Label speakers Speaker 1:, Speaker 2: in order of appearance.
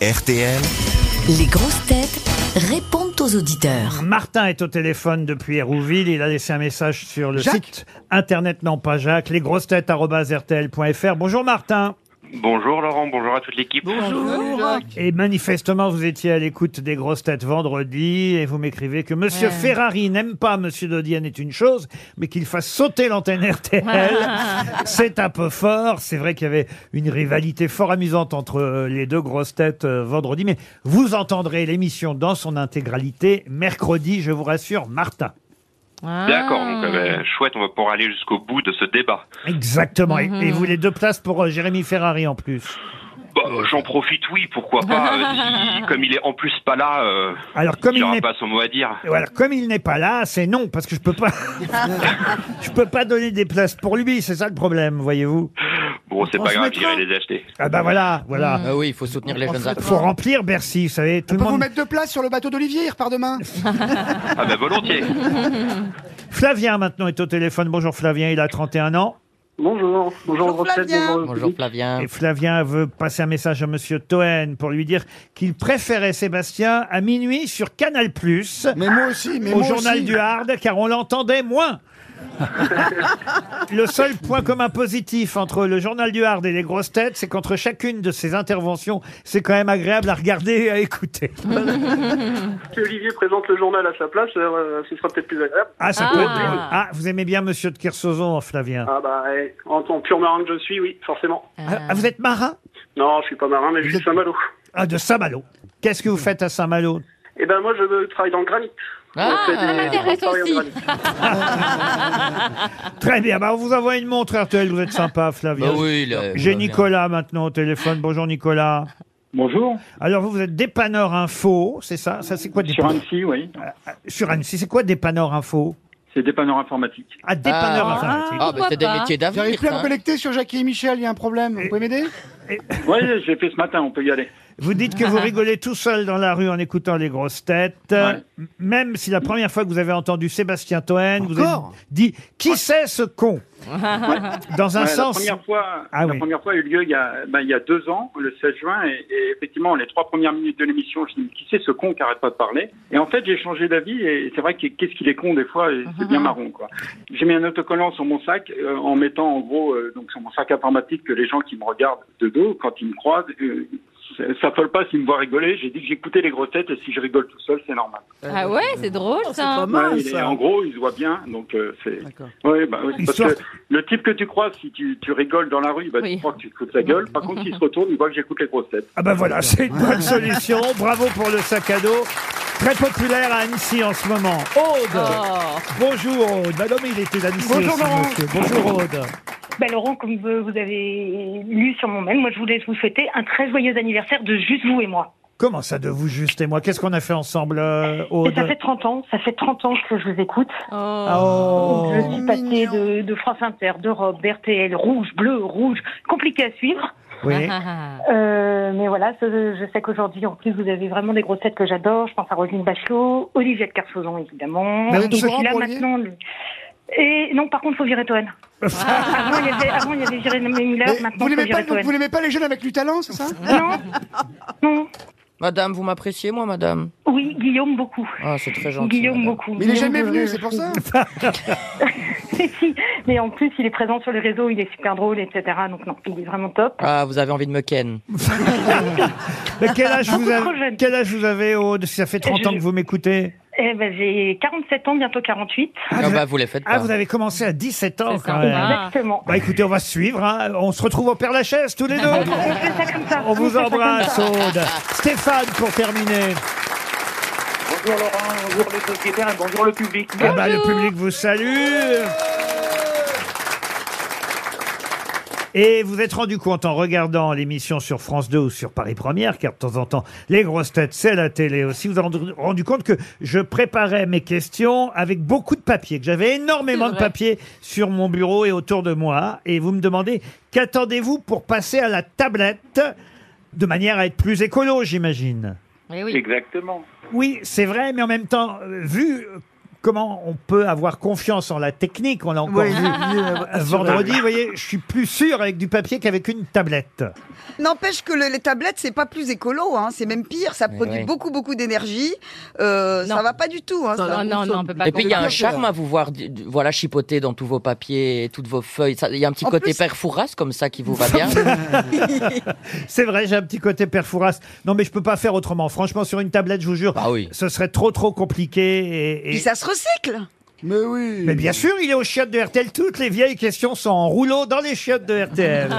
Speaker 1: RTL.
Speaker 2: Les grosses têtes répondent aux auditeurs.
Speaker 3: Martin est au téléphone depuis Hérouville. Il a laissé un message sur le site internet, non pas Jacques, lesgrossetêtes.rtl.fr. Bonjour Martin.
Speaker 4: Bonjour Laurent, bonjour à toute l'équipe.
Speaker 3: Et manifestement, vous étiez à l'écoute des grosses têtes vendredi et vous m'écrivez que Monsieur Ferrari n'aime pas Monsieur Dodienne est une chose, mais qu'il fasse sauter l'antenne RTL, c'est un peu fort. C'est vrai qu'il y avait une rivalité fort amusante entre euh, les deux grosses têtes euh, vendredi, mais vous entendrez l'émission dans son intégralité mercredi, je vous rassure, Martin.
Speaker 4: D'accord, donc euh, ben, chouette, on va pouvoir aller jusqu'au bout de ce débat.
Speaker 3: Exactement. Et- Et, vous
Speaker 5: Mhm.
Speaker 3: les deux places pour euh, Jérémy Ferrari en plus.
Speaker 4: Bah, euh, J'en profite, oui, pourquoi pas. euh, si- comme il est en plus pas là, euh,
Speaker 3: Alors comme
Speaker 4: il
Speaker 3: il
Speaker 4: n'aura
Speaker 3: n'est
Speaker 4: pas son mot à dire.
Speaker 3: Et voilà, comme il n'est pas là, c'est non, parce que je peux pas, je peux pas donner des places pour lui, c'est ça le problème, voyez-vous.
Speaker 4: Bon, c'est
Speaker 5: On
Speaker 4: pas
Speaker 5: se
Speaker 4: grave,
Speaker 5: mettra.
Speaker 4: j'irai les acheter.
Speaker 3: Ah bah voilà, voilà.
Speaker 6: Ah oui, il faut soutenir les
Speaker 5: On
Speaker 6: jeunes
Speaker 5: fait
Speaker 6: artistes.
Speaker 3: Faut remplir Bercy, vous savez, tout le
Speaker 5: Mhm. On peut vous
Speaker 3: monde.
Speaker 5: mettre de place sur le bateau d'Olivier, il repart demain.
Speaker 4: Ah ben volontiers.
Speaker 3: Flavien maintenant est au téléphone. Bonjour Flavien, il a 31 ans.
Speaker 7: Bonjour, bonjour, grosse tête,
Speaker 8: Flavien.
Speaker 7: bonjour.
Speaker 6: Bonjour Flavien.
Speaker 5: Ah.
Speaker 3: Et Flavien veut passer un message à Monsieur Toen pour lui dire qu'il préférait Sébastien à minuit sur Canal+,
Speaker 5: Mais moi aussi, mais
Speaker 3: au
Speaker 5: moi
Speaker 3: Journal
Speaker 5: aussi.
Speaker 3: du Hard, car on l'entendait moins. le seul point commun positif entre le Journal du Hard et les grosses têtes, c'est qu'entre chacune de ces interventions, c'est quand même agréable à regarder et à écouter.
Speaker 7: Si Olivier présente le journal à sa place, euh, ce sera peut-être plus agréable.
Speaker 3: Ah, ça
Speaker 8: Ah.
Speaker 3: peut être drôle. Ah, vous aimez bien Monsieur de Kersozon, Flavien.
Speaker 7: Ah bah, eh, en tant que pur marin que je suis, oui, forcément.
Speaker 3: Ah, ah, vous êtes marin
Speaker 7: Non, je suis pas marin, mais je suis Saint-Malo.
Speaker 3: Ah, de Saint-Malo. Qu'est-ce que vous faites à Saint-Malo
Speaker 7: Eh ben moi, je travaille dans le granit.
Speaker 6: Ah,
Speaker 7: On fait
Speaker 8: ça
Speaker 7: des-
Speaker 8: m'intéresse
Speaker 7: on travaille au
Speaker 8: aussi.
Speaker 7: granit.
Speaker 3: Très bien, bah, on vous envoie une montre RTL, vous êtes sympa, Flavien.
Speaker 6: Bah oui, là,
Speaker 3: J'ai
Speaker 6: Flavien.
Speaker 3: Nicolas maintenant au téléphone. Bonjour Nicolas.
Speaker 9: Bonjour,
Speaker 3: Alors vous, vous êtes dépanneur info, c'est ça Ça c'est quoi
Speaker 9: sur
Speaker 3: dépanneur
Speaker 9: Annecy, oui.
Speaker 3: Sur Annecy, c'est quoi dépanneur info
Speaker 9: C'est dépanneur informatique.
Speaker 3: Ah, dépanneur
Speaker 6: Ah.
Speaker 3: informatique.
Speaker 6: Ah, bah c'est des
Speaker 8: Pourquoi pas
Speaker 6: métiers d'avenir.
Speaker 5: J'arrive plus à me
Speaker 6: hein.
Speaker 5: connecter sur Jackie et Michel, il y a un problème. Vous pouvez m'aider
Speaker 9: Oui, j'ai fait ce matin, on peut y aller.
Speaker 3: Vous dites que vous rigolez tout seul dans la rue en écoutant les grosses têtes. Euh, Même si la première fois que vous avez entendu Sébastien Toen, vous avez
Speaker 5: Encore
Speaker 3: dit Qui c'est ce con Dans un
Speaker 9: Ouais,
Speaker 3: sens.
Speaker 9: La première fois,
Speaker 3: Ah
Speaker 9: la
Speaker 3: oui.
Speaker 9: première fois a eu lieu il y a, ben, il y a deux ans, le 16 juin, et, et effectivement, les trois premières minutes de l'émission, je me dis, qui c'est ce con qui arrête pas de parler Et en fait, j'ai changé d'avis, et c'est vrai que qu'est-ce qu'il est con des fois, et c'est
Speaker 3: Mhm.
Speaker 9: bien marrant, quoi. J'ai mis un autocollant sur mon sac, euh, en mettant en gros, euh, donc sur mon sac informatique, que les gens qui me regardent de dos, quand ils me croisent, euh, ça folle pas s'ils me voient rigoler. J'ai dit que j'écoutais les grosses têtes, et si je rigole tout seul, c'est normal.
Speaker 8: Ah ouais, c'est drôle ça.
Speaker 9: Ouais, il est- en gros, il se voit bien, donc euh, c'est.
Speaker 5: D'accord.
Speaker 9: Ouais, bah, oui, parce
Speaker 3: Histoire-
Speaker 9: que le type que tu crois, si tu, tu rigoles dans la rue, bah,
Speaker 8: Oui.
Speaker 9: tu crois que tu te fous de sa gueule. Par contre, s'il se retourne, il voit que j'écoute les grosses têtes.
Speaker 3: Ah ben voilà, c'est une bonne solution. Bravo pour le sac à dos. Très populaire à Annecy en ce moment. Aude
Speaker 8: Oh.
Speaker 3: Bonjour Aude. Bah non, mais il était d'Annecy
Speaker 5: Bonjour,
Speaker 3: aussi,
Speaker 5: Laurent.
Speaker 3: monsieur. Bonjour Aude.
Speaker 10: Ben Laurent, comme vous vous avez lu sur mon mail, moi je voulais vous souhaiter un très joyeux anniversaire de juste vous et moi.
Speaker 3: Comment ça de vous juste et moi Qu'est-ce qu'on a fait ensemble, euh,
Speaker 10: Et
Speaker 3: Aude
Speaker 10: ça fait 30 ans, ça fait 30 ans que je vous écoute.
Speaker 3: Ah,
Speaker 8: Oh.
Speaker 3: oh.
Speaker 10: je suis passée de, de France Inter, d'Europe, d'RTL, rouge, bleu, rouge, compliqué à suivre.
Speaker 3: Oui.
Speaker 8: Ah,
Speaker 10: Euh, mais voilà, ce- je sais qu'aujourd'hui, en plus, vous avez vraiment des grosses têtes que j'adore. Je pense à Roselyne Bachelot, Olivia de Kersauzon, évidemment.
Speaker 5: Mais on te
Speaker 10: Et puis
Speaker 5: prend
Speaker 10: là,
Speaker 5: pour
Speaker 10: maintenant, le- Et non, par contre, faut virer Toen. avant, il y avait, avant, il y avait Jérémy Miller,
Speaker 5: Ah. Mais
Speaker 10: maintenant,
Speaker 5: Vous
Speaker 10: faut
Speaker 5: n'aimez pas,
Speaker 10: virer
Speaker 5: le- vous
Speaker 10: Toen.
Speaker 5: n'aimez pas les jeunes avec du talent, c'est ça
Speaker 10: Non, non.
Speaker 6: Madame, vous m'appréciez, moi, madame
Speaker 10: Oui, Guillaume, beaucoup.
Speaker 6: Ah, c'est très gentil.
Speaker 10: Guillaume
Speaker 6: madame.
Speaker 10: beaucoup.
Speaker 5: Mais il est
Speaker 10: Guillaume,
Speaker 5: jamais
Speaker 10: je-
Speaker 5: venu, c'est pour ça.
Speaker 10: Si, si. Mais en plus, il est présent sur les réseaux, il est super drôle, etc. Donc non, il est vraiment top.
Speaker 6: Ah, vous avez envie de me ken
Speaker 3: Mais quel âge, vous
Speaker 10: trop
Speaker 3: avez,
Speaker 10: jeune.
Speaker 3: quel âge vous avez, Aude Si ça fait 30 ans que vous m'écoutez
Speaker 10: Eh ben, j'ai 47 ans, bientôt 48.
Speaker 6: Ah,
Speaker 3: vous-
Speaker 6: bah, vous les faites pas.
Speaker 3: Ah, vous avez commencé à 17 ans
Speaker 8: C'est
Speaker 3: quand
Speaker 8: sympa.
Speaker 3: même.
Speaker 6: Ah.
Speaker 10: Exactement.
Speaker 3: Bah écoutez, on va se suivre. hein. On se retrouve au Père Lachaise tous les deux.
Speaker 10: On fait ça comme ça.
Speaker 3: On
Speaker 10: fait
Speaker 3: vous
Speaker 10: ça comme
Speaker 3: embrasse,
Speaker 10: ça.
Speaker 3: Aude. Stéphane, pour terminer.
Speaker 7: Bonjour Laurent, bonjour les sociétaires et bonjour le public.
Speaker 3: Eh ben, le public vous salue. Et vous êtes rendu compte en regardant l'émission sur France 2 ou sur Paris Première, car de temps en temps, les grosses têtes, c'est la télé aussi. Vous vous êtes rendu compte que je préparais mes questions avec beaucoup de papier, que j'avais énormément
Speaker 8: C'est
Speaker 3: de
Speaker 8: vrai.
Speaker 3: papier sur mon bureau et autour de moi. Et vous me demandez, qu'attendez-vous pour passer à la tablette de manière à être plus écolo, j'imagine
Speaker 8: Mais ah. Eh oui.
Speaker 9: Exactement.
Speaker 3: oui, c'est vrai, mais en même temps, euh, vu comment on peut avoir confiance en la technique. On l'a encore
Speaker 1: Oui,
Speaker 3: vu
Speaker 1: oui,
Speaker 3: euh, vendredi. Vous voyez, je suis plus sûr avec du papier qu'avec une tablette.
Speaker 1: N'empêche que le- les tablettes, c'est pas plus écolo, hein, c'est même pire, ça produit
Speaker 6: ouais.
Speaker 1: beaucoup, beaucoup d'énergie, euh, ça va pas du tout. Hein, ça-
Speaker 8: Oh, non, non, on peut pas.
Speaker 6: Et puis il y a un
Speaker 8: comprendre.
Speaker 6: charme à vous voir, di- di- voilà, chipoter dans tous vos papiers, et toutes vos feuilles. Ça, Il y a un petit
Speaker 1: En
Speaker 6: côté
Speaker 1: plus-
Speaker 6: perfourasse comme ça qui vous va bien.
Speaker 3: C'est vrai, j'ai un petit côté perfouras. Non, mais je peux pas faire autrement. Franchement, sur une tablette, je vous jure,
Speaker 6: Ah oui.
Speaker 3: ce serait trop, trop compliqué. Et, et-
Speaker 1: Puis ça se recycle.
Speaker 5: Mais oui.
Speaker 3: Mais bien sûr, il est aux chiottes de RTL. Toutes les vieilles questions sont en rouleau dans les chiottes de RTL.